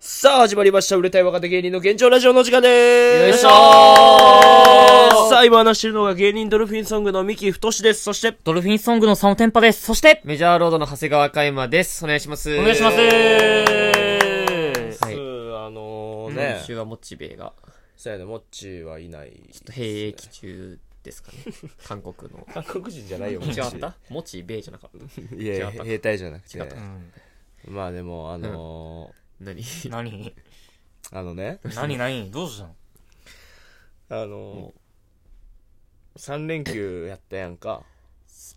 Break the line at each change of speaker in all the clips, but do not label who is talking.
さあ、始まりました。売れたい若手芸人の現状ラジオの時間でーす。
よいしょー
さあ、今話してるのが芸人ドルフィンソングの三木太志です。そして、
ドルフィンソングの佐野天パです。そして、
メジャーロードの長谷川海馬です。お願いします。
お願いします。
あのーね
今、週はモッチベイが、
そうやね、モッチーはいない。
兵役中です かね。韓国の。
韓国人じゃないよ、モッチ
違
ー。
ったモッチベイじゃなかった。
いや、
違った
兵隊じゃなくて
違った。
まあでも、あの
何
何
ー、あのね、
何何どうしたの
あのー、3連休やったやんか、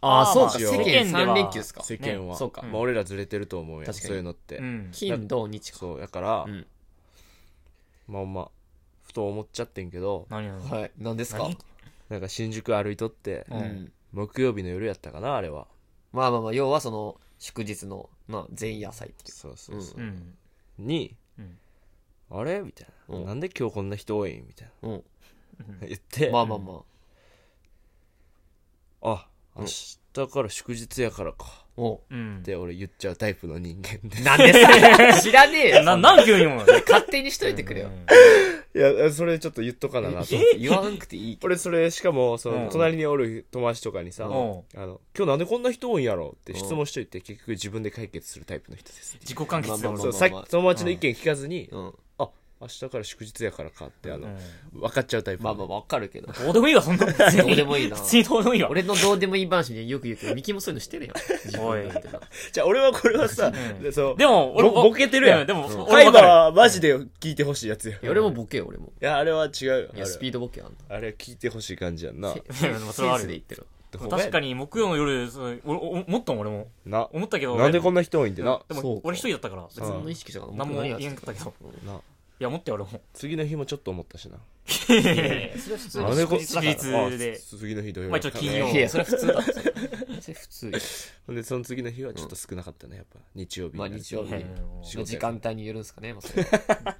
あ
あ
あ、
ー
そうか。
まあ
世
世間
間
では
3連休ですか。
世間は。
ねそうか
まあ俺らずれてると思うやん、
確かに
そういうのって
う。ん。
金、土、日か。
そう、やから
う、ん。
まあまあ、ふと思っちゃってんけど、
何何
はい。何ですか
何
なんか新宿歩いとって、
う
うんん。
木曜日の夜やったかなあれは
まあまあまあ、要はその、祝日の、まあ、前夜祭っていう。
そうそうそうう、
ん。
に、
うん
あれみたいな、
うん
なんで今日こんな人多いみたい
うん。
な言って、
まあまあま
あ明日から祝日やからか
あ。お
うん
っ。て俺言っちゃうタイプの人間で
なんですか知らねえよ。
な、なん急にも。
勝手にしといてくれよ。
いやそれちょっと言っとかななと思って
言わなくていいけど。
俺それしかもそ
うん
の隣におる友達とかにさ、
ん
あの今日なんでこんな人多いんやろって質問しといて結局自分で解決するタイプの人です、
自己完結だ
まあまあま
そ
あ
うさっき友達の意見聞かずに、
うん。
あ明日から祝日やからかってあの、分かっちゃうタイプ
まあまあ、わかるけど。
どうでもいいわ、そんなもん。ど
どうで もいいな
普通にどうでもいいわ。
俺のどうでもいい話でよく言うけど、ミキもそういうのしてるやん。自分で言ってた
じゃあ俺はこれはさ、
うん
そう
でも、俺
ボボケてるやん
うんでも、
カイバ
俺バ
ー
ー
はマジで聞いてほしいやつや。
いや俺もボケよ、俺も。
いや、あれは違うよ。あ
い
れ
や、スピードボケあんの。
あれは聞いてほしい感じやんな。
いやでもそれはある
センスで言ってる。
確か
に。
に木曜の夜、そうおお思ったもん、俺も。
な、
思ったけど。
なんで
俺
こんな人多いんでな。
で
そ
も
う、か
俺一人だったから、別
別
に。
の意識とか
何も言え
や
んかったけど。
ない
や、思って俺も。
次の日もちょっと思ったしな。
それは普通
なんでこ
祝日だから祝日で
あ次の日土曜日。
まあ一応金
い
曜
やいや、それは普通だ。それそれ普通よ。
ほんで、その次の日はちょっと少なかったね、やっぱ。日曜日。
まあ日曜日
うん
仕事やから
時間帯によるんすかね、まあそれは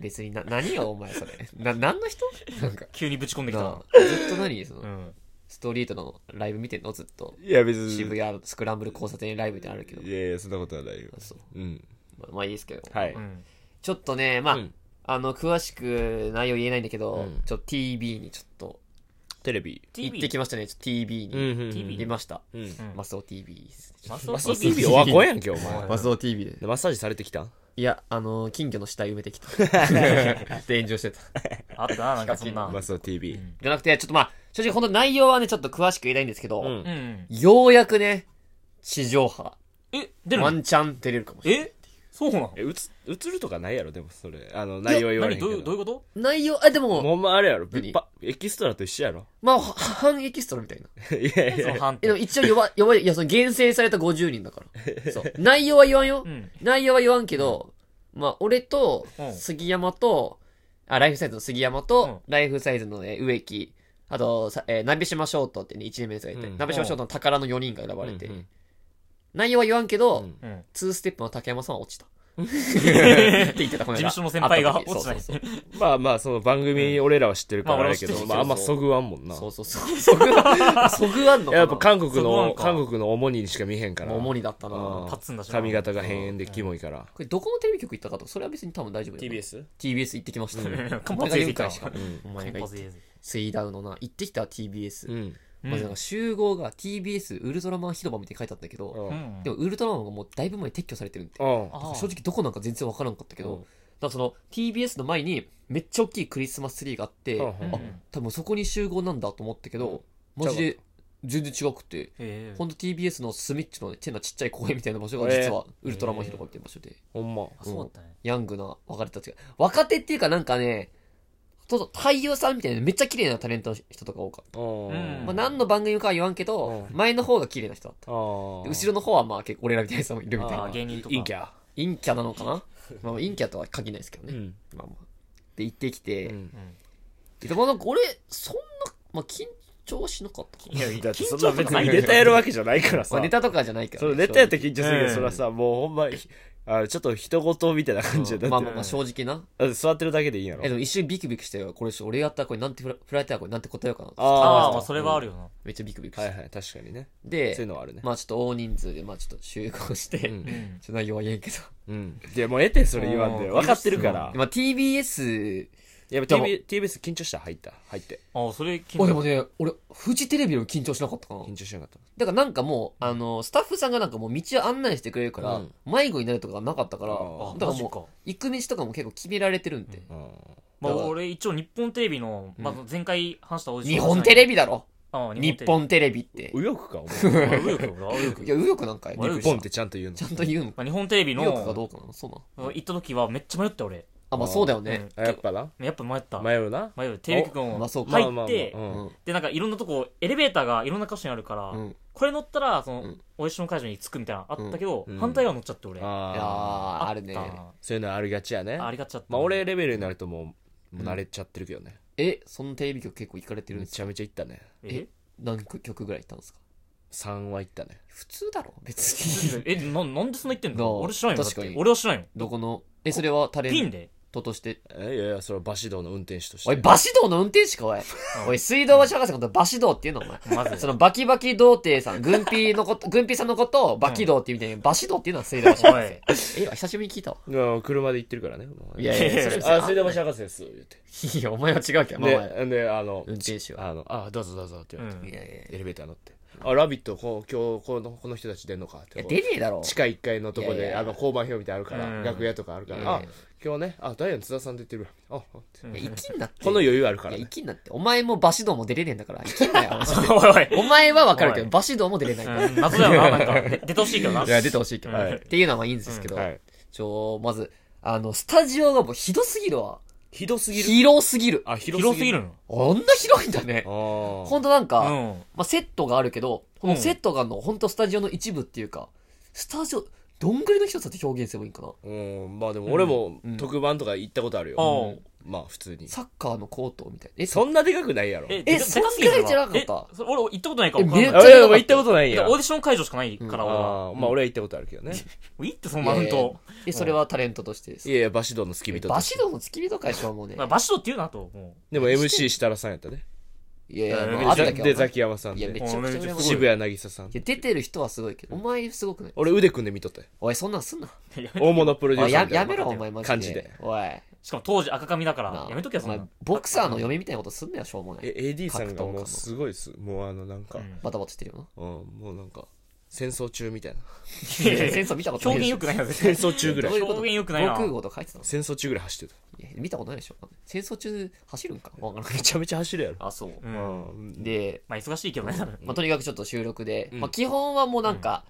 別にな、何よ、お前それ。な、何の人なんか。
急にぶち込んできた
な
な
あ。ずっと何その、
ん。
ストリートのライブ見てんのずっと。
いや、別に。
渋谷スクランブル交差点ライブってあるけど。
いやいや、そんなことはないよ。
そう
うん。
まあまあいいですけど。
はい。
うん。
ちょっとね、まあ
うん、
あの、詳しく内容言えないんだけど
うん、
ちょっと TB にちょっと、
テレビ。
行
TV
ってきましたね、ちょっと TB
うん
に。
うんうん
TV
出ました。
うん。
うん
マスオ TV ですね。
マス
マッサージ
TV
TV おこやんけ、お前。
マス
オ TV で
でマッサージされてきたん
いや、あのー、金魚の死体埋め てきた。で、炎上してた。
あったな、なんかそんな。
マッサージ TV。
じゃなくて、ちょっとまあ、正直この内容はね、ちょっと詳しく言えないんですけど、
うん
う。ん。
ようやくね、地上波、
え、出る
ワ
の
ンチャン出れるかもしれない。
えそうなの
え、うつ、映るとかないやろ、でもそれ。あの、内容言われへん
何
け
ど
ど。
ういうどういうこと
内容、あ、でも、
もうまああれやろ、
何
ぶっぱ、エキストラと一緒やろ。
まあ、は反エキストラみたいな。
いやい
その
や、
判
えでも
定。
一応弱、弱い、いや、その厳選された50人だから。そう。内容は言わんよ。
うん
内容は言わんけど、まあ、俺と
うん、
杉山と、あ、ライフサイズの杉山と、ライフサイズの、えー植木、あと、さえー、鍋島翔太ってね、1年目のやつがいて、
うん
鍋島翔太の宝の4人が選ばれて、
うんうん
内容は言わんけど、
うん
うん。
ツーステップの竹山さんは落ちた。って言ってた、この間
事務所の先輩が
会った時
落ちない
そうそう
まあまあ、その番組、俺らは知ってるか
まあ
らあれやけ
俺
ど、
は
まああんまそぐわんもんな。
そうそうそう。そぐわ、そぐわんのかな。
やっぱ韓国
そぐわん
の、
か
韓国の主にしか見へんから。
もう重りだったな。
うん
パッツンだしな
髪型が変でキモいから。
これどこのテレビ局行ったかと、それは別に多分大丈夫だよ。TBS 行ってきました。
カンパチで行った
しかも
うん。
お前が
カン
行
パ
っ
チ
て、
で
セイダウのな、行ってきた TBS。
うん。
うん
まずなんか集合が TBS ウルトラマン広場みたいに書いてあったんだけ
う。
ど、
うんん
でもウルトラマンがもうだいぶ前に撤去されてるんで、
うん
あー
正直どこなんか全然わからんかったけど、
うん
だからその TBS の前にめっちゃ大きいクリスマスツリーがあって、
うん
あ、多分そこに集合なんだと思ったけど、マジで全然違くて、
ええ
ほんと TBS のスミッチのね変なちっちゃい公園みたいな場所が実はウルトラマン広場みたいな場所で、
ほんま。
あそうだったね
ヤングな若手たちが。若手っていうかなんかね、そうそう俳優さんみたいなめっちゃ綺麗なタレントの人とか多かった。
うん
うん
まあ、何の番組かは言わんけど、
うん
前の方が綺麗な人だった。
あー
で後ろの方はまあ結構俺らみたいな人もいるみたい
あ
な
ー。芸人とか
いいキャ。
陰キャなの かなまあ陰キャとは限らないですけどね。
うん
まあまあ。で行ってきて、
うん
でもなんか俺、そんな、まあ緊張はしなかったかな。
いやい
だ
や
って
緊
そん
張
な
と
別
かない
に
よ
ネタやるわけじゃないから
ま
さ
あネ。タとかじゃないから
そ
ね、
のネタやって
正
緊張するけど、
うん
それはさ、もうほんま、あちょっと人事みたいな感じで、だ
まあ
って
まあまあ正直な。
だって座ってるだけでいいんやろ
え、でも一瞬ビクビクしてよ。これ、俺やったらこれなんて振ら振られたらこれなんて答えようかな。
ああ、ま
あ
あそれはあるよな。
めっちゃビクビクし
あは
て。
いはい確かにね
で、
そういうのはあるね
まあちょっと大人数で、まあちょっと集合して、
う
ちょ
ん
うん
っと内容は言えんけど。
うんでもう得てそれ言わんで
うん
分かってるから
まあ TBS、
やっぱ TB TBS 緊張した入った入って
ああ、それ気
お
に
で
な
も
る。
ね、俺、フジテレビより緊張しなかったかな。
緊張しなかった
だからなんかもう、あの、スタッフさんがなんかもう道を案内してくれるから、
うん
迷子になるとかがなかったから、
あ
あ、
だか
マ
ら
ジ
もう
か。
行く道とかも結構決められてるんで。
う
まあ
だから
俺一応日本テレビの、まあ前回話したおじ
日本テレ
ビ
ビだろ日本テレビって。
ん右翼かお前
あ右翼俺は右翼
いや、右翼なんかよ。
日本ってちゃんと言うの
ちゃんと言うの
まあ日本テレビの
右翼かどうかなのそうなの
行った時はめっちゃ迷った俺。
あ、まあそうだよね。
あやっぱな
やっぱ迷った。
迷うな
迷う。テレビ局
ま
も
あそうか
まあ
入って
まあ、
う
まあうん
ん。
で、なんかいろんなとこ、エレベーターがいろんな箇所にあるから、
うん。い
これ乗ったら、その、
うん
オーディション会場に着くみたいなのあったけど、
うん
反対側乗っちゃって俺。
や
ああ
ー、ある
った
ね。
そういうのありがちやね
ありがちだった。
まあ俺レベルになるともうもう慣れちゃってるけどね
え、そのテレビ局結構行かれてるん
め
です
ち
か
ゃめちゃ行ったね
え
何曲ぐらい行ったんですか
3は行ったね
普通だろ別に。
えな、なんでそんな言ってん
なあ
の俺知らんよ。だっ
確か
て
に
俺は知らんよ。
どこの、え、それはタレ
ピン
ン
で
トとして。
えいやいやそれはバシドの運転手として
おい、バシ道の運転手か、おい。おい、水道橋博士のことバシ道って言うの、お
ま
前。
ず
そのバキバキ童貞さん、軍ピーのこと、軍ピーさんのことをバキ童ってみたいに、バシ道って言うのは水道橋博士。え、久しぶりに聞いたわ。
うん車で行ってるからね
いやいや、それ
あ水道橋博士です言って
いや、お前は違うけど、まあまあ
でであの
運転手は。
あのあどうぞどうぞって言われて
う
い
ん
やいやいや。
エレベーター乗ってあラビットこう今日このこの人たち出んのかっ
い
て
や出ねえだろ。
地下1階のとこ
いやい
で
や
あの交番表みたいなのあるか
う
ら
ん
楽屋とかあるか
いや
ら
いや
あ今日ねあダイアン津田さん出てるわああって
うん
いや、生きんなって。
この余裕あるから
いや、
ね
生きんなって。お前もバシドも出れねえんだから、生きんなよ。
おいおい。
お前はわかるけ
お
ど、
い
バシドも出れないから。
うん謎だよな、なんか。で出てほしいけどな。
いや、出てほしいけど。
はい
っていうのはまあいいんですけど、
はい
ちょ、まず、あの、スタジオがもうひどすぎるわ。
ひどすぎる
広すぎる。
あ
広すぎるの
あんな広いんだね。
のあ
ほんとなんか、
うん。
まあ、セットがあるけど、こ
う
の
ん
セットがあるの、ほんとスタジオの一部っていうか、スタジオ、どんぐらいの広さって表現すればいいんかな。
あうんまあでも俺も
うん
特番とか行ったことある
う
よまあ普通に
サッカーのコートみたいな。え、
そんなでかくないやろ
え
で
そん
でかすぎる
ぐらいじゃなかった
えそれ俺行ったことないから分かん
え
な
め
い
っ
あいやいや行ったことない
い
や
や。オーディション会場しかないから、俺は。
あーまあ俺は行ったことあるけどね
いいって、そのマウント。
え、それはタレントとしてです
い。やいやバシドの付き人として
バシドの付き人会しはもうね
ま。あ場所って言うなと、も
でも MC 設楽さんやったね
いやいや、
うん
まああったけど。
でザキヤマさん
いや、め
で
ちゃくちゃ羨ま
うん
しい。い
渋谷渚さん
や、出てる人はすごいけど、お前すごくない
俺腕組んで見とったよ
おい、そんなんすんな。
う。いや
大物プロデュ
お
ー
い
サー
や
みたい
や
な
めろ、お前マジで。
感じで
おい。な
しかも当時赤髪だから
あ、
やめとけよ、そん
お
な
前
の。
ボクサーの嫁みたいなことすんなよ、しょうもない。
え AD さん
格闘
がも
家の
うすごいっすもうあのなんか、
うん
バタバタしてるよな。
うんもうなんか戦争中みたいな
いや戦争見たことない
表
でしょ。
現良くないやつ。
戦争中ぐらい
どういうこ
表
と
現良くないな
防空壕とか書いてたの
戦争中ぐらい走ってた
いや見たことないでしょ。戦争中走るんかわからない。
めちゃめちゃ走るやろ
あ、そう。
うん。
うん
で、
まあ忙しいけどね、多分。
まあ、とにかくちょっと収録で、
うん
まあ、基本はもうなんか、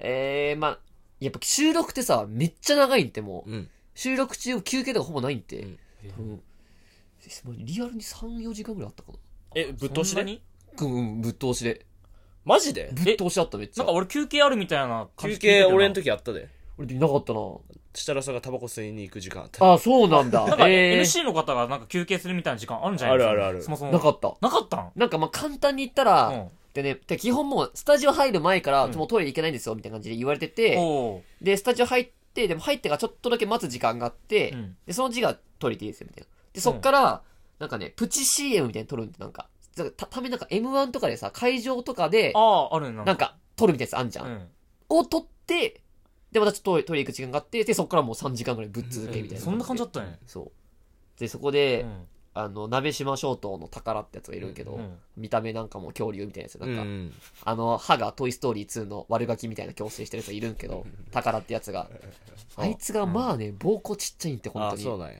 ええまあ、やっぱ収録ってさ、めっちゃ長いんってもう、
うん
収録中休憩とかほぼないんって、
うん
多分もうリアルに3、4時間ぐらいあったかな。
えぶっ通し
そんな
で
に
うん、うん、ぶっ通しで。
マジで
ぶっ通しだった、めっち
な
ゃ。
んか俺休憩あるみたいな感
休
じ
憩俺の
時。
時あったで
俺でいなかったな。
設楽さんがタバコ吸いに行く時間あった
あ、そうなんだ。
なんか
えー
MC の方がなんか休憩するみたいな時間あるんじゃない
あるあるある
そもそも。
なかった。
なかったん
なんかまあ簡単に言ったら、
うん
でね、て基本もうスタジオ入る前から、
うん
もうトイレ行けないんですよ、みたいな感じで言われてて、
お
で、スタジオ入って、でも入ってからちょっとだけ待つ時間があって、
ーうん。
で、その字が取れていいですよ、みたいな。で、そっから、なんかね、プチ CM みたいに撮るんで、なんか、たたためなんか M1 とかでさ、会場とかで
あ、あ、あるな。
なんか、撮るみたいなやつあんじゃん。
うん。
を撮って、で、またちょっとトイレトイレ行く時間があって、で、そっからもう3時間ぐらいぶっ続けみたいな。
そんな感じだったんや。
そう。で、そこで、
うん
あの、鍋島小島の宝ってやつがいるけど、
うん
見た目なんかも恐竜みたいなやつ、なんか、
うん
あの、歯がトイストーリー2の悪ガキみたいな矯正してるやつがいるんけど、宝ってやつが。あいつがまあね、膀胱ちっちゃいんって、本
あ
当に。
そうなんや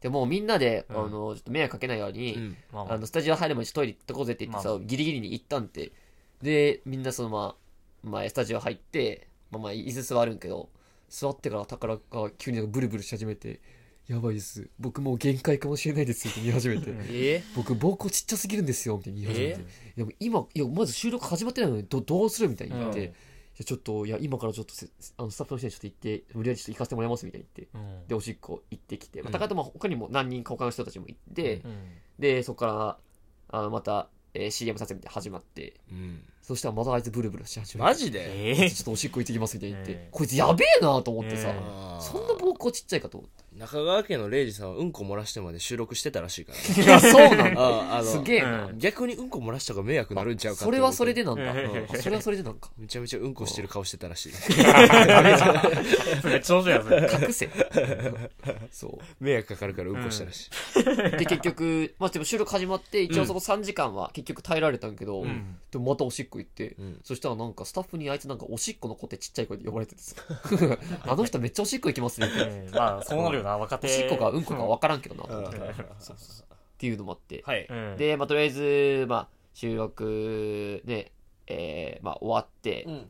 でもうみんなで、
うん
あのちょっと迷惑かけないように、
うん
まあま
あのスタジオ入る前にトイレ行ってこうぜって言ってさ、
ま
ギリギリに行ったんってでみんなそのまあ、まあ、スタジオ入って、まあ、まあ椅子座るんけど座ってから宝が急になんかブルブルし始めて「やばいです僕もう限界かもしれないです」って見始めて
うん
え
「僕膀胱ちっちゃすぎるんですよ」って言い始めて「でも今いやまず収録始まってないのにどどうする?」みたいに言って「
うん
いやちょっといや今からちょっとせあのスタッフの人にちょっと行って無理やりちょっと行かせてもらいます」みたいに言って。
あうん
でおしっこ行ってきて、ま
う
あ、
ん
高友他にも何人か他の人たちも行って、
うん
でそこからあのまた、えー CM 撮影みたいなの始まって
うん
そしたらまたあいつブルブルし始めて
マジで
え
ちょ
え
っとおしっこ行ってきますみたいに言って、
ええ
こいつやべえなと思ってさ、
え
あー
そんな膀胱ちっちゃいかと思っ
中川家の礼二さんはうんこ漏らしてまで収録してたらしいからね
ていやそうなん だ
あーあの
すげえな、
うん
逆にうんこ漏らした方が迷惑なるんちゃうかって
それはそれでなんだ、
ええ
あそれはそれでなんか
めちゃめちゃうんこしてる顔してたらしい
それ調子やそれ
隠せそ
迷惑かかるからうんこしたらしい、
うで結局まあでも収録始まって一応そこ3時間は結局耐えられたんけど、
ん
でもまたおしっこ行って、
うん
そしたらなんかスタッフにあいつなんかおしっこの子ってちっちゃい声で呼ばれて てさあの人めっちゃおしっこ行きますねって
ええまあそうなるよな若手
おしっこかうんこか分からんけどな、
うん
っ
そうそうそう
ていうのもあって、
はい、
うん
で、まあ、とりあえず、まあ、収録で、えーまあ、終わって、
うん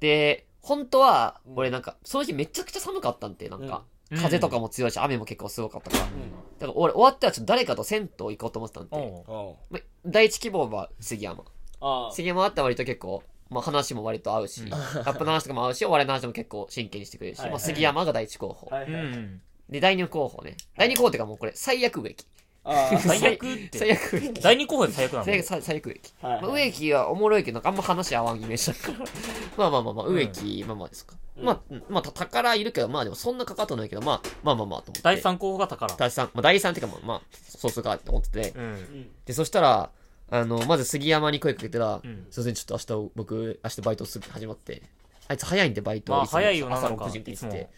で、本当は、
うん
俺なんか、その日めちゃくちゃ寒かったんで、なんか、
うん
風とかも強いし、雨も結構すごかったから。
うん
だから俺、終わってはちょっと誰かと銭湯行こうと思ってたんで、
おう
あ
まあ、第一希望は杉山。
あ
杉山だったら割と結構、まあ、話も割と合うし、
うん
ラップの話とかも合うし、お笑いの話も結構真剣にしてくれるし、
はい
まあ、杉山が第一候補。
はは
う
い
ん
で、第二候補ね。第二候補っていうかもうこれ、最悪植木。
あー
最悪って
最悪植木。
第二候補で最悪なんだ
最悪、最最悪植木。
は
まあ、植木はおもろいけど、なんかあんま話合わんイメージだから。 まあまあまあまあ、
うん
植木、まあまあですか。
うん
まあ、うんまあ、た宝いるけど、まあでもそんなかかっとないけど、まあ、まあまあまあ、と思って。
第三候補が宝
第三。まあ第三っていうか、まあ、まあ、そうするかって思ってて。
うん
で、そしたら、あの、まず杉山に声かけたら、
うん
すいません、ちょっと明日、僕、明日バイトする始まって。あいつ早いんで、バイト。
まあ
つも
早いよな
朝
なんか
6時って言って
いつ
て
も。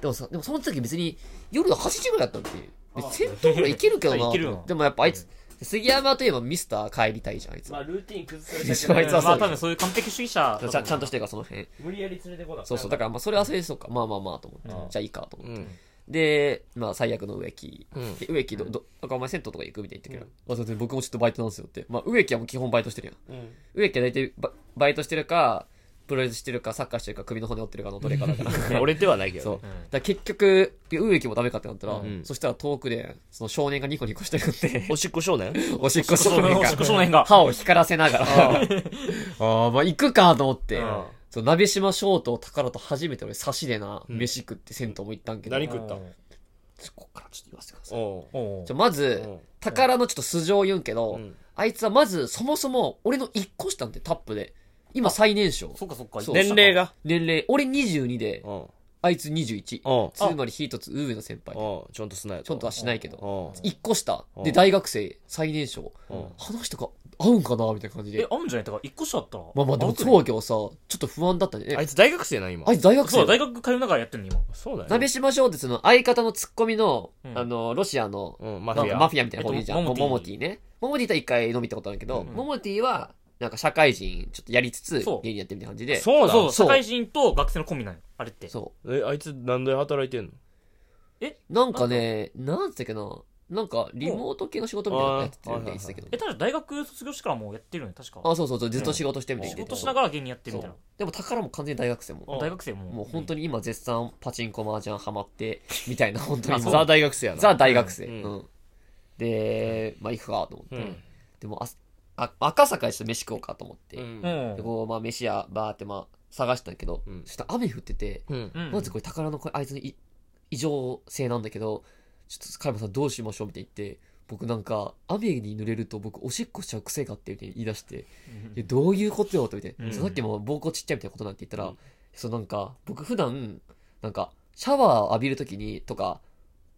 でもさ、でもその時別に、夜の8時ぐらいだったっていう。戦闘ぐらいいけるけど
い
な
けるよ。
でもやっぱあいつ、杉山といえばミスター帰りたいじゃん、あいつ。
ルーティン崩さ
れたけどあいつはそう
まあ多分そういう完璧主義者だと
ち
思
ゃ
うん
ちゃんとしてるから、その辺。
無理やり連れてこな
そうそう。だから、まあ、それはそれでそうか。まあまあまあ、と思って。
うん
じゃあいいか、と思って。
うん
で、まあ、最悪の植木。
うん
で、植木ど、ど、なんかお前銭湯とか行くみたいに言ってくる。あ、そうですね僕もちょっとバイトなんですよって。まあ、植木はもう基本バイトしてるやん。
うん
植木は大体バ、バイトしてるか、プロレスしてるか、サッカーしてるか、首の骨折ってるかのどれかだ から。
俺ではないけ
そう。
ど
だから結局、植木もダメかってなったら、
ん
そしたら遠くで、その少年がニコニコしてるんで、
おしっこ少年
おしっこ少年
お
が
しっこ少年が
歯を光らせながら、ああ、まあ行くかと思って
うん、
そう、鍋島翔と宝と初めて俺、差しでな、飯食って銭湯も行ったんけど、
何
ち
食った
ょこっからちょっと言わせてください。
おう
おう
じゃ、まず
うん、
宝のちょっと素性を言うんけ
う
ど
ん、
あいつはまず、そもそも、俺の1個下なんてタップで、今最年少。
そっかそっか
そう
年齢が
年齢、俺22で、
お
あいつ21。
お
つまり一つ上の先輩。
おちょんとすなよ
ちょっとはしないけど。
お
一個下。
うん
で、大学生、最年少
うん。
話とか合うんかなみたいな感じ
え
で。
あんじゃねえとか一個下だったら
まあまあ、でも、そうやけどさ、ちょっと不安だったね。
あ
え
いつ大学生な今
あいつ大学生
そう大学通いながらやってんの今
そうだよ
鍋島翔ってその相方のツッコミの、
うん
あの、ロシアの、
うん
な
マ
ん
フ
かマフ
ィ
ィ
ア
アみたいな方いいじゃ
え
ん。
っ
モ
と
モ
モモ
テ
テ
ィ
ィ
ね。モモティと一回飲み行ったことあるけど、
うん
モモティは、なんか社会人ちょっとやりつつ、
そう
芸人やってるみたいな感じで。
そうな
そ
の
う
そ
社
う
会人と学生のコンビなんよあれって
そ
えあいつ何で働いてんの
う。なんかね、なんつったっけな、なんかリモート系の仕事みたいなのやってるって言ってたけど
え。確か大学卒業してからもうやってるのよ確か
あ、そうそうそう、ずっと仕事してみたい
仕
な言って
事
た
しながら芸人やってる
そ。
みたいう
でも宝も完全に大学生もん。
な大学生も
もう本当に今絶賛パチンコ麻雀ハマって、みたいな、本当にもう
ザ大学生やな
ザ大学生。
うん
うんで、まあ行くかと思って。
うん
でもあすあ、赤坂でちょっと飯食おうかと思って。
うん
う
で
ん
こう、まあ飯屋バーってまあ探したんだけど、
うん
そしたら雨降ってて、
うん
うん
まずこれ宝の声、あいつのい異常性なんだけど、ちょっと加山さんどうしましょうみたいに言って、僕なんか、雨に濡れると僕おしっこしちゃう癖があってみたいに言い出して、いやどういうことよとみたいな、
うん
そうさっきも膀胱ちっちゃいみたいなことなんて言ったら、
うん
そうなんか僕普段なんかシャワー浴びるときにとか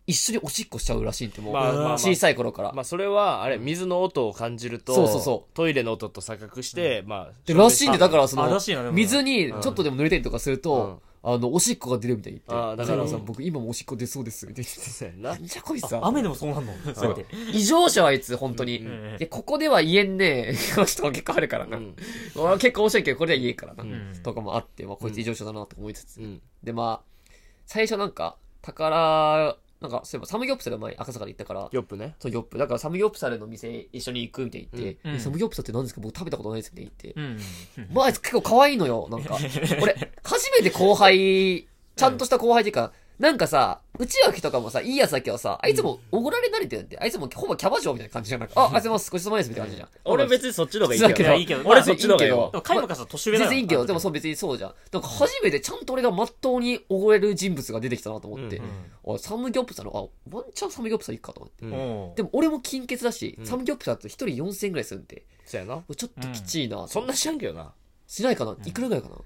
一緒におしっこしちゃうらしいってもう、
まあまあまあ
小さい頃から、
まあそれはあれ水の音を感じると
そうそうそう
トイレの音と錯覚してまあ
でらしいんでだからそ
あ
の
らしいなでも
水にちょっとでも濡れたりとかすると、あのおしっこが出るみたいに言って
あーだから
加山さん僕今もおしっこ出そうですみたいな言って
そうやん
な
なん
じゃこいつ
あ
は
雨でもそうなんのそうやって
異常者はあいつ本当に、
うん
うん
でここでは言えんねえこの人も結構あるから
う
な、
ん
俺は結構面白いけどこれでは言えからな、
ん
とかもあって、まあ、こいつ異常者だなとか思いつつ、
うん
で、まあ、最初なんか、宝、なんか、そういえばサムギョプサル前に赤坂で行ったから、
よっぷね
そう、ヨップ。だからサムギョプサルの店一緒に行くみたいに言って、
うん
えサムギョプサルって何ですか僕食べたことないですみたいに言って。
うん
まあ、 あいつ結構可愛いのよ、なんか。俺、初めて後輩、ちゃんとした後輩っていうか、なんかさ、内訳とかもさ、いいやつだけはさ、あいつもおごられ慣れてるって、あいつもほぼキャバ嬢みたいな感じじゃなく、あ、ありがとうございます、ごちそうさまですみたいな感じじゃん。
俺別にそっちの方がいいけど。
いや
いいけど
俺そっちの方がいいわ。
でも、海馬からさ、年上だ
全
よ
然いいけど、でもそう別にそうじゃん。なんか初めてちゃんと俺がまっとうにおごれる人物が出てきたなと思って、
う
あサムギョプサル、あ、ワンチャンサムギョプサルいっかと思って。
う
うんん。うん
でも俺も金欠だし、
うん
サムギョプサルって一人4000円ぐらいするんで、
そうやな。
ちょっときちいな、
そんなしないけどな。
しないかな、いくらぐらいかな、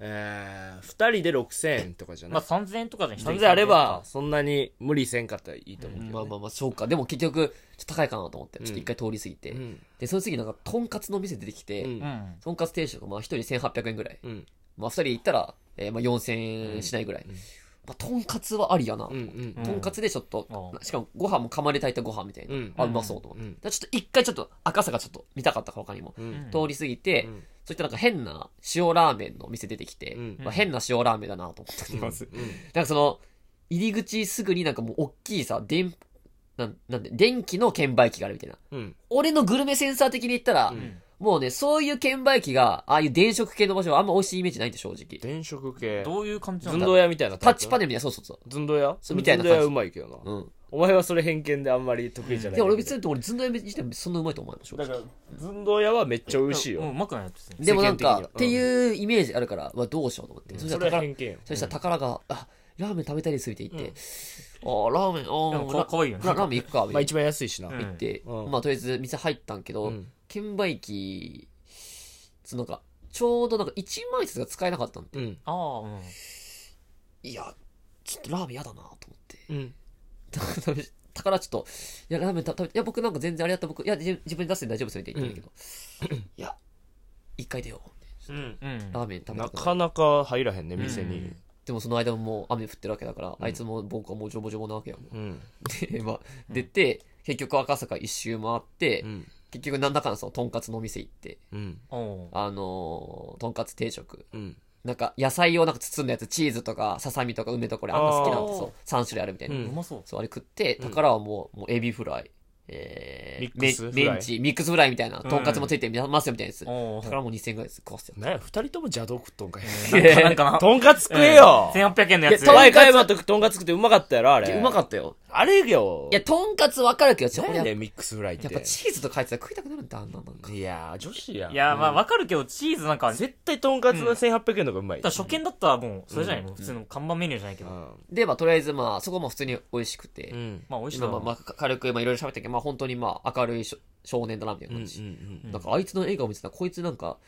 えー、二人で6000円とかじゃ
ま
な
あ
い。
3000円とかじゃん一人
3000あれば、そんなに無理せんかったらいいと思うけ
まあ
どね。
まあまあ、そうか。でも結局、ちょっと高いかなと思って、
うん
ちょっと一回通り過ぎて。
うん。
で、その次なんか、とんかつの店出てきて、
う。
うんん
とんかつ定食、まあ一人1800円ぐらい。
うん。
まあ二人行ったら、えーまあ4000円しないぐらい。
うん
まあ、とんかつはありやな。
うん。うん
う。
とんかつでちょっと、
うん
しかもご飯も釜で炊いたご飯みたいな。
うん
あ、うまそうと思って。
うん
だからちょっと一回ちょっと赤さがちょっと見たかったか他にも。
うん。うん。
通り過ぎて、
うん
そういったなんか変な塩ラーメンの店出てきて、
うん
まあ、変な塩ラーメンだなと思って
うん
ます。なんかその、入り口すぐになんかもう大きいさ、電、なん、なんで、電気の券売機があるみたいな。
うん。
俺のグルメセンサー的に言ったら、
ん
もうね、そういう券売機が、ああいう電飾系の場所はあんま美味しいイメージないんで、正直。
電飾系。
どういう感じな
寸
んだ
胴
ろう
屋みたいな
タ
タ
ッ
イプ。
チパネルみたいな、そうそうそ
寸胴屋
そうみたいな
寸
感
胴屋
じ
うまいけどな。
う。うん。
お前はそれ偏見であんまり得意じゃないい。
や、俺別に俺、ずんどやめ自体もそんなうまいと思わない正
だ
直
から、寸胴屋はめっちゃ美味しいよ。
うんうまくないやつですね
でもなん
世間
か、
的には
っていうイメージあるから、うわ、どうしようと思って。そした
そ
ら
れは
宝、
偏見よ。
そしたら宝が、あ、ラーメン食べたいですって言って、あーラーメン、あ
でも
ー
か
ラ
かわいいよね
ララーメン行くか、
まあ
みたいな
一番安いしな。
うん
行って、
うん
まあとりあえず店入ったんけど、
うん
券売機、そのなんか、ちょうどなんか1万円札が使えなかったんで、
うん。
ああうん
いや、ちょっとラーメン嫌だなと思って。
うん。
だから だからちょっと、いや、ラーメンた食べ、いや、僕なんか全然あれやった僕、いや、自自分で出すんで大丈夫ですよって言ってるけど、いや、一回出よう。
うん。
うん
ラーメン食べ
な
たくな
か
い
なか入らへんね、店に。
でもその間ももう雨降ってるわけだから、あいつも僕はもうジョボジョボなわけよ。
うん。
で、まあ、出て、結局赤坂一周回って、
うん。
結局なんだかんだそのとんかつのお店行って、
うん。
おう
あのーとんかつ定食。
うん。
なんか野菜をなんか包んだやつ、チーズとかささみとか梅とか俺あんま好きなんで
あー
そう、3種類あるみたいな。
うん
うまそう
そう、あれ食って、宝はもう、もうエビフライ、えー、
ミックス
メ
フライ
メンチ、ミックスフライみたいな、とんかつもついてますよみたいなやつ。
おう
宝も2000円ぐらいです、食わせて。
なんや、二人とも邪道食っとんかい。
なんかな
とんかつ食えよ
うん1800円のやつ
いや
前買えばととんかつ食ってうまかったやろ、あれ。
うまか
っ
ったよ。
た。あれよ。
いや、、とんかつわかるけど、ちょ、
何
俺
や
や
ねんミックスフライって。
やっぱチーズとかいつは食いたくなるんだ、あんななんか。
いやー、女子やん。
いやまあわかるけどチーズなんか絶
絶対とんかつの1800円の方がうまい。
対初見だったらもうそれじゃないもう普通の看板メニューじゃないけど
で、まあ、とりあえずまあ、そこも普通に美味しくて、
うん。うん。
まあ美味しいだ
今ま
ろ
あ、
う
まあ、か軽くまあいろいろ喋ったけど、まあ、本当にまあ、明るいしょ少年だな、みたいな
うん。う
感じ。
ん。
なんか、あいつの笑顔見てたら、こいつなんか、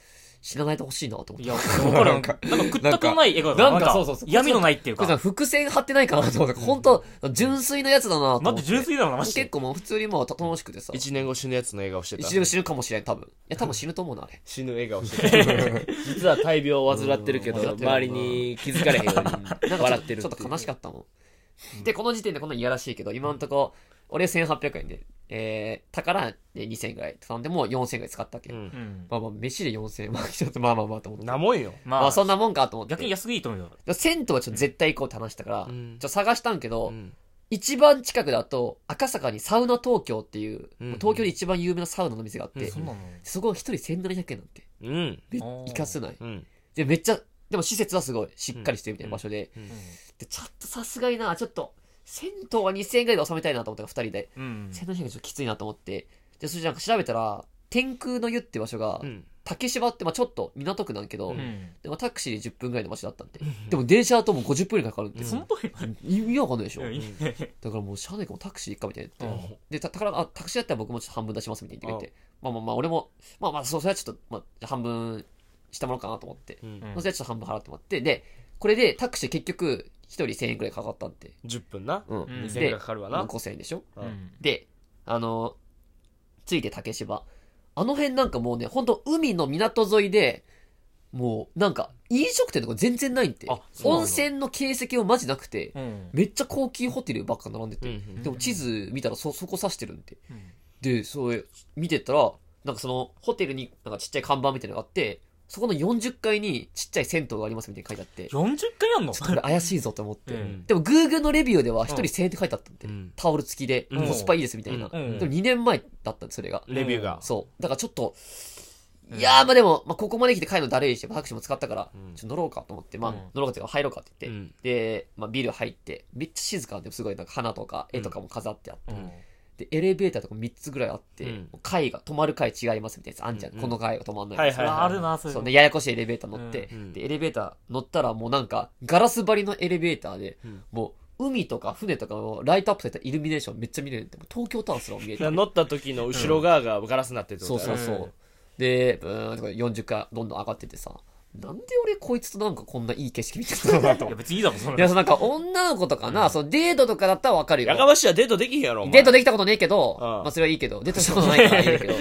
死なないでほしいなと思って。
いや、わかる。なんか食ったくない笑顔だ
なんかそうそうそう
闇のないっていう
これさ、
か。
伏線張ってないかなと思って、本当純粋なやつだなと思って。
待って、純粋だろな、マジ
結
で。
構もう普通にまあた楽しくてさ。
一年越しのやつの笑顔してた。
一度死ぬかもしれん、多分。いや、多分死ぬと思うな、あれ。
死ぬ笑顔して た。実は大病を患ってるけ
うん
ど、
患ってる
周りに気づかれへんように
なんか
笑ってる
ちょっと悲しかったもん。で、この時点でこんなんいやらしいけど、今のとこ、俺1800円で、えー、宝で2000円ぐらい頼んで、もう4000円ぐらい使ったわけ。
うん
うん。
まあまあ、飯で4000円。まあ、ちょっとまあまあまあと思って。
なもんよ。
ま
まあ、
あ、
そんなもんかと思って。
逆に安くいいと思うよ。
で銭湯はちょっと絶対行こうって話したから、
うん
ちょっと探したんけど、
うん
一番近くだと、赤坂にサウナ東京っていう、
うん
もう東京で一番有名なサウナの店があって、
そんなの。
そこ一人1700円なんて。
うん。
め
あー
いかすない。
うん。
で、めっちゃ、でも施設はすごい、しっかりしてるみたいな場所で、で、ちょっとさすがにな、ちょっと、銭湯は2000円ぐらいで収めたいなと思ったから、二人で。
うん。
銭湯がちょっときついなと思って。で、それじゃなんか調べたら、天空の湯って場所が、
うん。
竹芝って、まあちょっと港区なんけど、
うん。
でもタクシーで10分ぐらいの場所だったんで。でも電車だともう50分ぐらいかかるんで。
その通り
意味わかんないでしょ。
うん
だからもうしゃあないからタクシー行っかみたいになって
うん
で、た宝が、あ、タクシーだったら僕もちょっと半分出しますみたいに言ってくれて。まあまあまあ、俺も、まあまあ、そうそれはちょっと、まあじゃあ半分してもらおうかなと思って。
うん
うん
それはちょっと半分払ってもらって。で、これでタクシー結局、一人1000円くらいかかったんで。
10分な。
うん。
ん
2000円がかかるわな。
5000円でしょ
うん
で、あの、ついて竹芝。あの辺なんかもうね、ほんと海の港沿いで、もうなんか飲食店とか全然ないんで
あ、そうなんだ
温泉の形跡をマジなくて、
うん。
めっちゃ高級ホテルばっか並んでて、
うん
でも地図見たらそ、そこ指してるんで。
うん
で、それ見てたら、なんかそのホテルになんかちっちゃい看板みたいなのがあって、そこの40階にちっちゃい銭湯がありますみたいに書いてあって、
40回やんの
ちょっとこれ怪しいぞと思って。
うん
でも Google のレビューでは一人
うん
1000円って書いてあったんで、
うん
タオル付きで
うん
コスパいいですみたいな。
うん
うん
でも2年前だったんで、それが。
レビューが。
そう。だからちょっと、
う
い
ん
やー、まあでも、まあ、ここまで来て帰るのだるいし、拍手も使ったから、
うん
ちょっと乗ろうかと思って、まあ、
うん
乗ろうかというか入ろうかって言って、
ん。
で、まあ、ビル入って、めっちゃ静かで、すごいなんか花とか絵とかも飾ってあって、
うん
で、エレベーターとか3つぐらいあって、
うん
階が、止まる階違いますみたいなやつあんじゃん。
うんうん
この階が止まんない
はい
やつ
はい
ああるな、そういう
そう
の
ね、ややこしいエレベーター乗って、
うんうん
で、エレベーター乗ったらもうなんか、ガラス張りのエレベーターで、
うん
もう、海とか船とかをライトアップされたイルミネーションめっちゃ見れるんで、もう東京タワーすら見えて
だから乗った時の後ろ側がガラスになってるってこ
そう
と
そうそう。
うん
で、ブーンとか40回どんどん上がってってさ、なんで俺こいつとなんかこんないい景色見てたのかな と思
いや、
っ
別にいいだろ、そ
て。
ん
いや、
なの。
そのなんか女の子とかな、そのデートとかだったらわかるよ。
やかましいはデートできへんやろ、お前
デートできたことねえけど、
うん
まあそれはいいけど、デートしたことないからいいけど。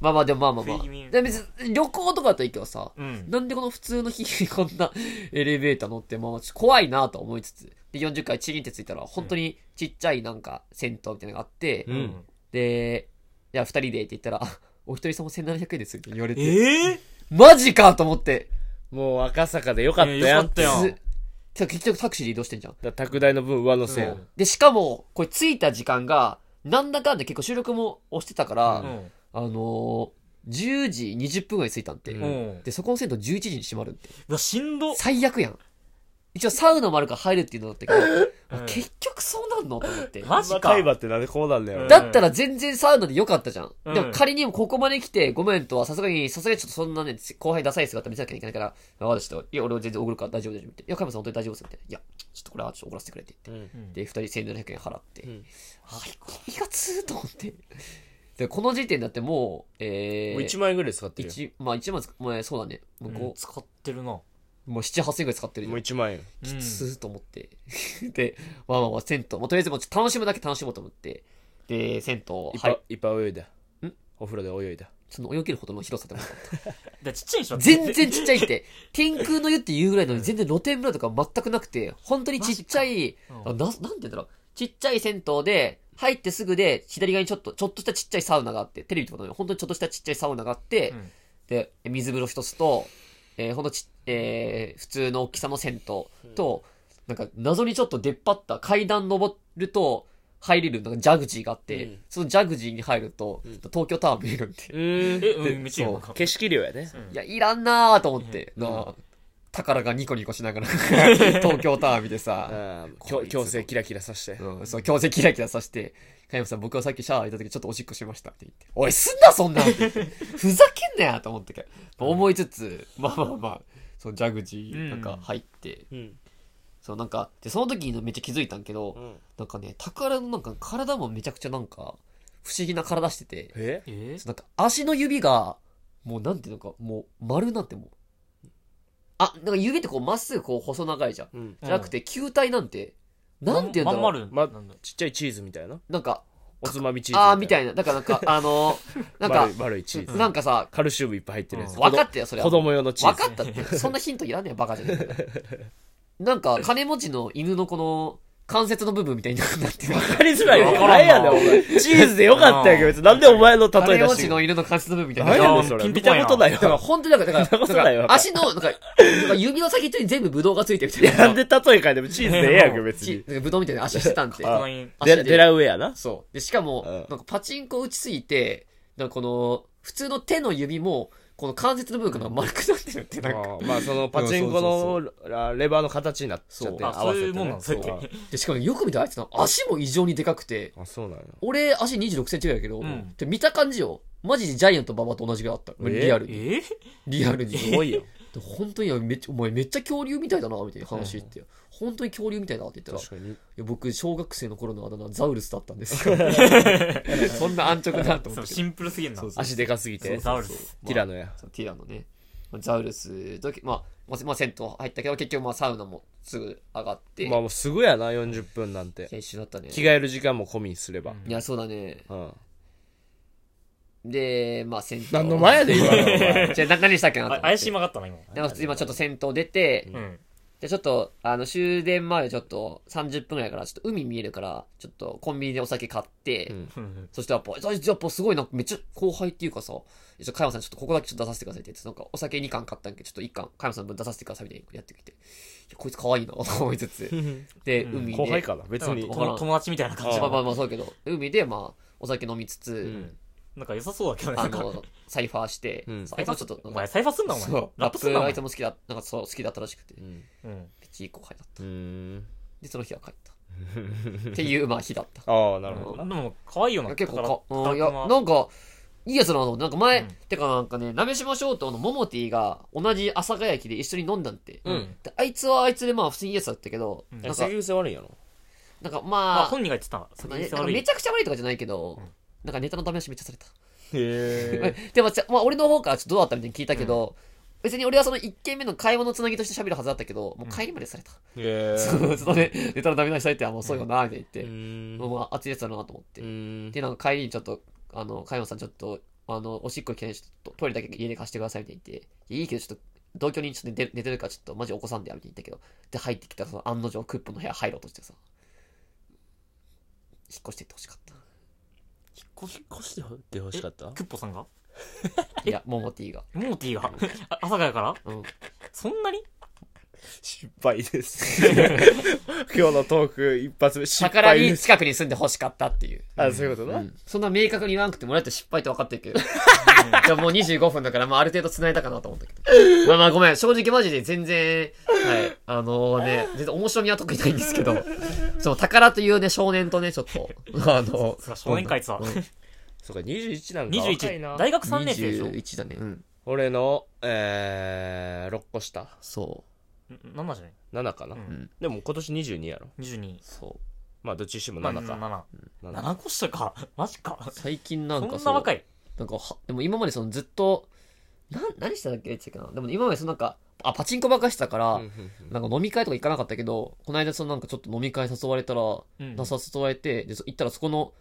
まあまあでもまあまあまあ
食い気味。
で別に旅行とかだといいけどさ、
うん。
なんでこの普通の日にこんなエレベーター乗って、まあまあちょっと怖いなと思いつつ、で40回チリンってついたら、本当にちっちゃいなんか銭湯みたいなのがあって、
う
うんん。
で、じゃあ二人でって言ったら、あお一人様1700円ですって言われて、
ええ
マジかと思って。
もう赤坂でよかった
いや
や
よ
ん
か
っ
ってた
だ
よ
か
すてか結局タクシーで移動してんじゃん。
ら拓大の分上乗せ
う
よ
ん
で、しかも、これ着いた時間が、なんだかんだ結構収録も押してたから、
うん。
あのー、10時20分ぐらいに着いたんて。
う
うん。
で、そこの銭湯11時に閉まるって。
うわ、しんど。
最悪やん。一応サウナもあるから入るっていうのだったけど、
うん
結局そうなんのと思って。
マジか。
海馬ってなんでこうなんだよ、
うん
だったら全然サウナで良かったじゃん。
うん
でも仮にもここまで来て、ごめんとは、さすがに、さすがにちょっとそんなね、後輩ダサい姿見せなきゃいけないから、あ私と、いや、俺は全然おごるから大丈夫大丈夫って。いや、加山さん本当に大丈夫ですよみたいな。いや、ちょっとこれはちょっとおごらせてくれって
うん
う
言
ん
って。で、二人1700円払って。
うん
はい、気がつーと思って。で、この時点だってもう、えー、
もう1万円ぐらい使ってるよ
一まあ一万つ、まあそうだね。もう
うん
五、
使ってるな。
もう七八千円ぐらい使ってるじゃ。
もうん1万円
う
き
ん
つーと思って。 で、まあまあまあ、銭湯。まあとりあえずもうちょっと楽しむだけ楽しもうと思って。で、銭
い
湯、
っ
は
ぱ
い。
いっぱい泳いだ
ん
お風呂で泳いだ
その泳げるほどの広さでも
だちっちゃいでしょ
全然ちっちゃいって、天空の湯っていうぐらいなのに全然露天風呂とか全くなくて、本当にちっちゃい、あな
う
んなんて言うんだろう、ちっちゃい銭湯で、入ってすぐで、左側にちょっと、ちょっとしたちっちゃいサウナがあって、テレビとかの本当にちょっとしたちっちゃいサウナがあって、
うん
で、水風呂一つと、えーほんとち、えー普通の大きさの銭湯と、なんか謎にちょっと出っ張った階段登ると、入れるなんかジャグジーがあって、
うん
そのジャグジーに入ると、
うん
東京タワー見えるんで、
うん
え、うん、めっちゃいいよ。
景色量やね
うん
いや、いらんなーと思って、
うん
なあ、宝がニコニコしながら、 東京タワー見てさ、
あ
こいつ
強制キラキラさして
うん、そう、強制キラキラさせて、加山さん、僕はさっきシャワー入った時ちょっとおしっこしましたって言って、おい、すんな、そんなんって言ってふざけんなよと思って、思いつつ、まあまあまあ、そのジャグジーなんか入って、
うん
そうなんか、で、その時にめっちゃ気づいたんけど、
うん
なんかね、宝のなんか体もめちゃくちゃなんか、不思議な体してて、
え
え
なんか足の指が、もうなんていうのか、もう丸になってもう。あ、なんか指ってこうまっすぐこう細長いじゃん。
うん
うん
じゃなくて球体なんて、なんて言うんだろう。
まんまる。
ま
なんだ
ちっちゃいチーズみたいな
なんか、
おつまみチーズ
あーみた
い
いな。だからな んか、あのー、なん
丸
か
い、丸いチーズ
なんかさ、
カルシウムいっぱい入ってるやつ
うん
分かったよ、それは。
子供用のチー
分
ズ
かったって。そんなヒントいらんねえよ、バカじゃねえのなんか、金持ちの犬のこの、関節の部分みたいになってる。
分かりづらいよ
わからんな
何やねんお前チーズでよかったやんけ別になんでお前の例え
金
出
持
し
ち
てく
の
る
犬の関節の部分みたいにな
何
って
やねん
る
それ
ピン
見
ピタ
た
やん
ことない
だから
よ
本当にだから、だ
そ
か
んなこ
ら、
とないわ
だから足の、なんか、なんか指の先っちょに全部ブドウがついてるみたいな。
なんで例え変えてもチーズでええやんけ別
ち
に
なんかブドウみたいな足してたんで。
あ
可愛い
足
デ
で
デラウェアな
そう。で、しかも、
うん
なんかパチンコ打ちすぎて、なんかこの、普通の手の指も、この関節の部分が丸くなってるって、なんか。
あーまあそのパチンコ
う
のあレバーの形になっちゃって
そうあそういうもんなん
そ
そううやっ
で、しかもよく見たらあいつの足も異常にでかくて、
あそうなんや
俺足26センチぐらいだけど、
うん
で見た感じよ。マジでジャイアント馬場と同じぐらいあった。
え
リアルに。
え
リアルに。
すごいよ
で本当にいやめっちゃ、お前めっちゃ恐竜みたいだな、みたいな話言って。本当に恐竜みたいだって言ったら、
確かに
いや僕、小学生の頃のあだ名、ザウルスだった んですよ。そんな安直なと思
そう、
って。
シンプルすぎんな。
そうそう
足でかすぎて
ザウルス。
ティラノや
そうティラノね。まあザウルスと、まあ、まあ、まあ、銭湯入ったけど、結局、まあ、サウナもすぐ上がって、
まあもうすぐやな40分なんて
研修だったね。
着替える時間も込みにすれば
うん
いや、そうだね。
うん
で、まあ、銭湯。
何の前やで今のお前
じゃあ、な何したっけなと思
あ
って。
怪しい曲がったな、今。
でまあ普通に今ちょっと銭湯出て、
うん。
じゃあちょっと、あの、終電前ちょっと30分ぐらいから、ちょっと海見えるから、ちょっとコンビニでお酒買って、
うん
うん
そしてやっぱ、あやっぱすごいな、めっちゃ後輩っていうかさ、ちょっと加山さんちょっとここだけちょっと出させてくださいって言って、なんかお酒2缶買ったんけど、ちょっと1缶、加山さんの分出させてくださいみたいにやってきて、いやこいつ可愛いな、 と思いつつ。で、
うん
海で。
後輩かな別に
わ
友友達みたいな感じ
まあまあまあそうだけど、海でまあ、お酒飲みつつ、
うん
なんか良さそうだけどね。
あ
なんか
の、サイファーして、
うん
サイファーちょっと
お前、サイファーすんな、お前
そう。
ラ
ラ
ッ
ッ
プ
プ
すんな、お
が
前
いつ。も好きだなんかそう好きだったらしくて
う
め
ん
うん。
っちゃいい後輩だった
うーん
でその日は帰ったっていうまあ日だった
ああなるほどな
でも、可愛いよ
い
な、
や結構か、
宝
うん、いや、
宝
なんか、いいやつだなと思って、なんか前、
うん
てかなんかね、なめしましょうとのモモティが同じ朝霞駅で一緒に飲んだんって、
うん
であいつはあいつでまあ普通にいいやつだったけど、
うん
なんか
先、癖悪いんやろ
なんか
まあ、
まあ、
本人が言ってた。先
まあ
に
ね
せ
なんか
悪
め
い
ち。ゃくちゃ悪いとかじゃないけど、
うん
なんかネタのダメ出しめっちゃされた。
へ
でも、ちゃまあ俺の方からちょっとどうだったみたいに聞いたけど、別に俺はその1件目の会話のつなぎとして喋るはずだったけど、もう帰りまでされた。
えへ
そう ちょっとね、ネタのダメ出しされて、あ、もうそうよな、みたいな言って、
ん
もうまあ熱いやつだなと思って。
うん
で、なんか帰りにちょっと、あの、加山さんちょっと、あの、おしっこ行きたいんで、ちょっとトイレだけ家で貸してくださいみたいに言って、いやいいけどちょっと、同居人ちょっと寝て寝てるからちょっとマジ起こさんでやめて言ったけど、で入ってきたらその案の定クッポの部屋入ろうとしてさ、引っ越してってほしかっ
引っ越してってほしかった
クッポさんが
た。いや、モモティが。
モーティーがあ朝からから
うん。
そんなに
失敗です 今日のトーク一発目失
宝
敗で
に
す
近くに住んでほしかったっていう。
あそういうこと
う。
なん
そんな明確に言わなくてもらえて失敗って分かって るけど。でももう25分だから、まあある程度繋いだかなと思ったけ ど。まあまあごめん、正直マジで全然、はい、あのね、 全然面白みは特にないんですけど、その宝というね、少年とね、ちょ っと、あの、
そら少年会ってさ、
そうか21なんか若いな
21、大学3年生でしょ
21だね、うん、
俺のえー6個下
そ
んなんなんじゃない
7かな
うん
でも今年22やろ
?22。
そうまあどっちにしても
まあ
7か
7。7個下か。マジか。
う。最近な
そ
ん
ん
か
な若い。
なんかは、でも今までそのずっと、な、何してたっけって言ってたかな。でも今までそのなんか、あ、パチンコばっかしてたから、
うんうんうん
なんか飲み会とか行かなかったけど、この間そのなんかちょっと飲み会誘われたら、
うん
なさ誘われて、で、そ行ったらそこの、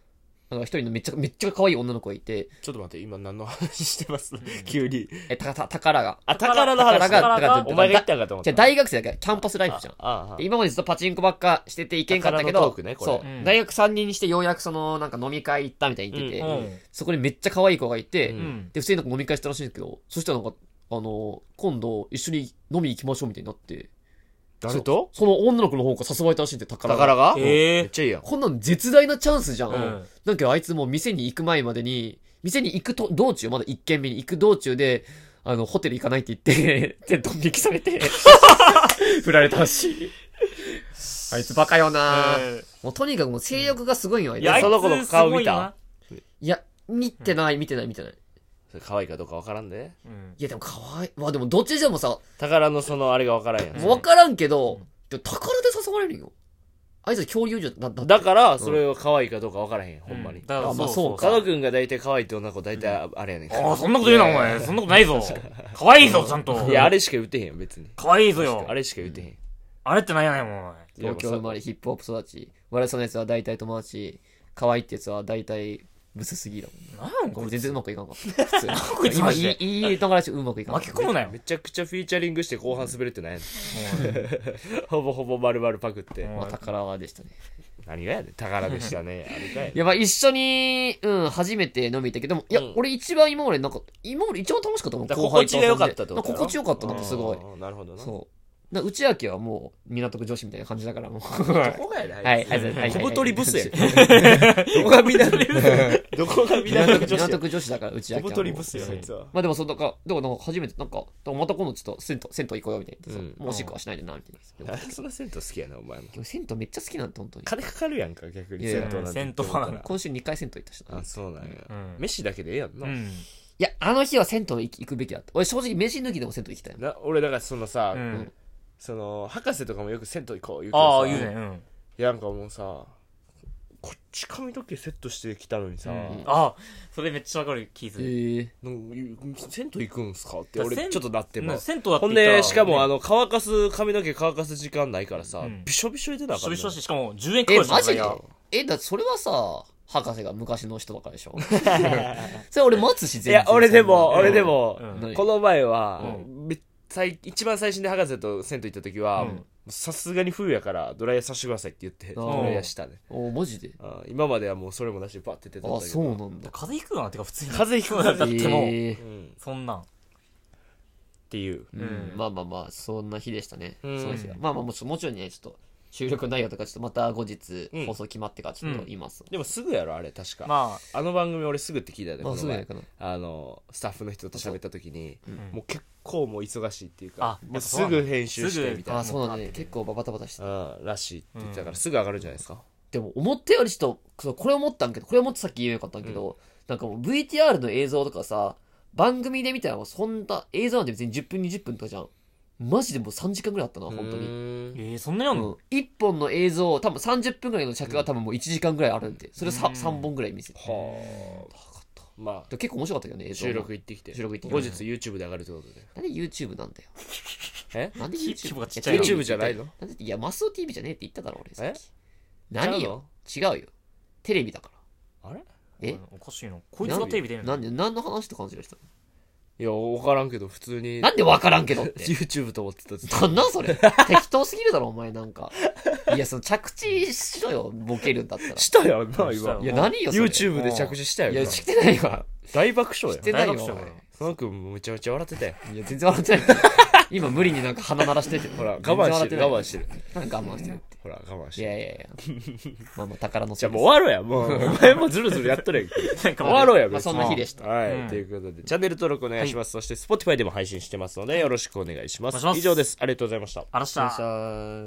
なんか一人のめっちゃ、めっちゃ可愛い女の子がいて、
ちょっと待って今何の話してます急に
え、た、た、宝が。
あ宝の話
宝が
宝が
お前が言ったんかと思った
じゃあ大学生だから、キャンパスライフじゃん。
ああ
で今までずっとパチンコばっかしてて行けんかったけ
宝の
ど
トークね、これ
そう
うん、
大学3人にしてようやくその、なんか飲み会行ったみたいに言って
う
て、
ん
そこにめっちゃ可愛い子がいて
う
う、ん。
で、普通になんか飲み会したらしいんですけど、そしたらなんか、あの、今度一緒に飲み行きましょうみたいになって、
誰と
その女の子の方から誘われたらしいんで、宝が。
宝が
え
め
ー
っちゃいいやん
こんなの絶大なチャンスじゃん。
うん
なんかあいつもう店に行く前までに、店に行くと道中、まだ一軒目に行く道中で、あの、ホテル行かないって言って、 で、ドン引きされて、振られたらしい。あいつバカよな、
え
もうとにかくもう性欲がすごいよ、あい
ー
つ。
いやあい
そ
い
の子の
つすごい
顔見た
よな
や、見てない、見てない、見てない。
それ可愛いかどうかわからんで
うん
いや、でも可愛い。まあでもどっちでもさ、
宝のそのあれがわからんや
もうんわからんけど、でも宝で誘われるよ。あいつは恐竜じゃ、だ、だ、
だからそれは可愛いかどうかわからへんほんまに
うだから
あまあそう
加藤君が大体可愛いって女の子大体あれやねん
ああ、そんなこと言うな、お前。そんなことないぞ。可愛いぞ、ちゃんと。
いやあれしか言ってへんよ別に
可愛いぞよ。
あれしか言ってへん
あれってなんやねん、お前。
いや
東京生まれヒップホップ育ち我々そのやつは大体友達可愛いってやつは大体ブスすぎだもんね
なんやねん、
こ
これ
れ全然うまくいかんかった普通
こいつ
今
マ
い
ジ
い
で。
いい流れしうまくいかんかっ
巻
た
き込むなよ。
めちゃくちゃフィーチャリングして後半滑るってなんや ね
もう
ほ
ん
ぼほぼ丸々パクって
うん
まあ宝でしたね
何がやねん宝でしたねあれかい
いやまあ一緒にうん初めて飲み行ったけどでもいや、
うん
俺一番今までなんか今まで一番楽しかったもん
だから
後輩と遊
心地が良
んで
かったってことだろ
なんか心地よかったなんかすごい
あーなるほどな
そうな内明はもう港区女子みたいな感じだからもう
どこがやねん
は
あ
い
いつ
はいはいはい
小太りブスや ん
どこが港区
どこが 港区女子や
港区女子だから内
小
明はもう
太りブスやんあいつは
まあでもそのだから、でもなんか初めて、なんか、だからまた今度ちょっと銭湯、銭湯行こうよみたいな言ってさ、
うん
もうおしっこはしないでな、みたいな。でも
何でそんな銭湯好きやなお前も
でも銭湯めっちゃ好きなんて、本当に。
金かかるやんか逆に
いやいや
銭湯なんて
銭湯は
今週2回銭湯行ったしな。
あ
い
そうなんや
うん
飯だけでええやんな
うん。
や、あの日は銭湯行き行くべきだった。俺正直飯抜きでも銭湯行きたいもん。
な俺だからそのさ
うん
その博士とかもよく銭湯行こう言うけどさ
ああ、言うね。うん。
いやなんかもうさこっち髪の毛セットしてきたのにさ、
うんああ、それめっちゃわかる気する。
え
なんか銭湯行くんすかって
だか
俺
ら銭
ちょっとなって
う
ま
ん
す
銭湯だって
ほん
言ったら
でしかもあ
ね、
の乾かす髪の毛乾かす時間ないからさ、
うん
びしょびしょに出なあ
し
か
ょ
んの
びしょだし、しかも10円かか
え、
るし
マジ
い
で
や
え、だってそれはさ、博士が昔の人だからで しょ。 それ俺待つし、全
いや俺でも俺でも、
うん
うん
この前は、
う
め最一番最新で博士と銭湯行った時は
うん
さすがに冬やからドライヤーさせてくださいって言って
あ
ド
ー
ライヤーしたね
お、マジで。
あー今まではもうそれもなしでバッて出てたん
あ、
だけ
そ
ど
うなんだ。
風邪ひくよな、てか普通に。
風邪ひくな
な
んん
だ
だ
っ
って
もう。
えー
うん、
そんなん。
っていう
うん
うん
まあまあまあ、そんな日でしたね。
うん
その日は。まあまあもちろん、もちろんね、ちょっと、収録内容とかちょっとまた後日
うん
放送決まってからちょっと言います。
でもすぐやろあれ確か、
ま
あの番組俺すぐって聞いたよねこ
ま
の
あそうじゃ
前
ないかな。
あのスタッフの人と喋った時に、
ん
もう結構もう忙しいっていうか
あ
もうすぐ編集してみたい
あ
な
あ、そうなんだね。結構ババタバタして。
うんらしいって言ってたからすぐ上がるじゃないですか、
でも思ったよりちょっとそう、これ思ったんけど、これ思ってさっき言えばよかったんけど、なんかもう VTR の映像とかさ、番組で見たらもうそんな映像なんて別に10分20分とかじゃん。マジでもう3時間ぐらいあったな、本当に。
あ、
に
えー、そんなにあんの、
1本の映像、多分30分ぐらいの尺が多分もう1時間ぐらいあるんで、それを 3,
うん
本ぐらい見せて。
は
高かった
あまあ
で結構面白かったけどね、映像も
収録行ってきて
収録行ってき
後
て
日 YouTube で上がるってことで
なんで YouTube なんだよ。
え
なんで
き
YouTube?
規模がちっちゃいな
YouTube じゃないの
なんでいや、マスオ TV じゃねえって言っただろ、俺さっき。
違
何
う
よ
の
違うよ。テレビだか
あれ
え
うんおかしいな。こいつがテレビ出
ら。
る
な
の
んで、何の話と感じがしたの
いや分からんけど普通に
なんでわからんけどって。
YouTube と思ってたずっと
なんなんそれ適当すぎるだろ、お前なんか。いや、その着地しろよ、ボケるんだったら。
したよな
した
今
よ
いや、何よ、それ。
YouTube で着地したよ
いや、
今
してないわ。
大爆笑や
してないわ。
大爆笑
お前
だよ
佐野くんもめちゃめちゃ笑ってたよ
いや、全然笑ってない。今、無理になんか鼻鳴らしてて。
ほら我慢してる我慢
し
してる
てなんか我慢してる。
ほら我慢し
い
てる
やいやいや。まあまあ、宝の
じゃあもう
う
終わろうやもう お前もずるずるやっと るやんけ
なんか
終わろうや、
まあ
別に
そんな日でした
はい、
うん
ということで、チャンネル登録お願いします。そして、Spotify でも配信してますので、よろしくお願いしま
お願い
す
し。ます
以上です。ありがとうございました。
あらし
で
た
した。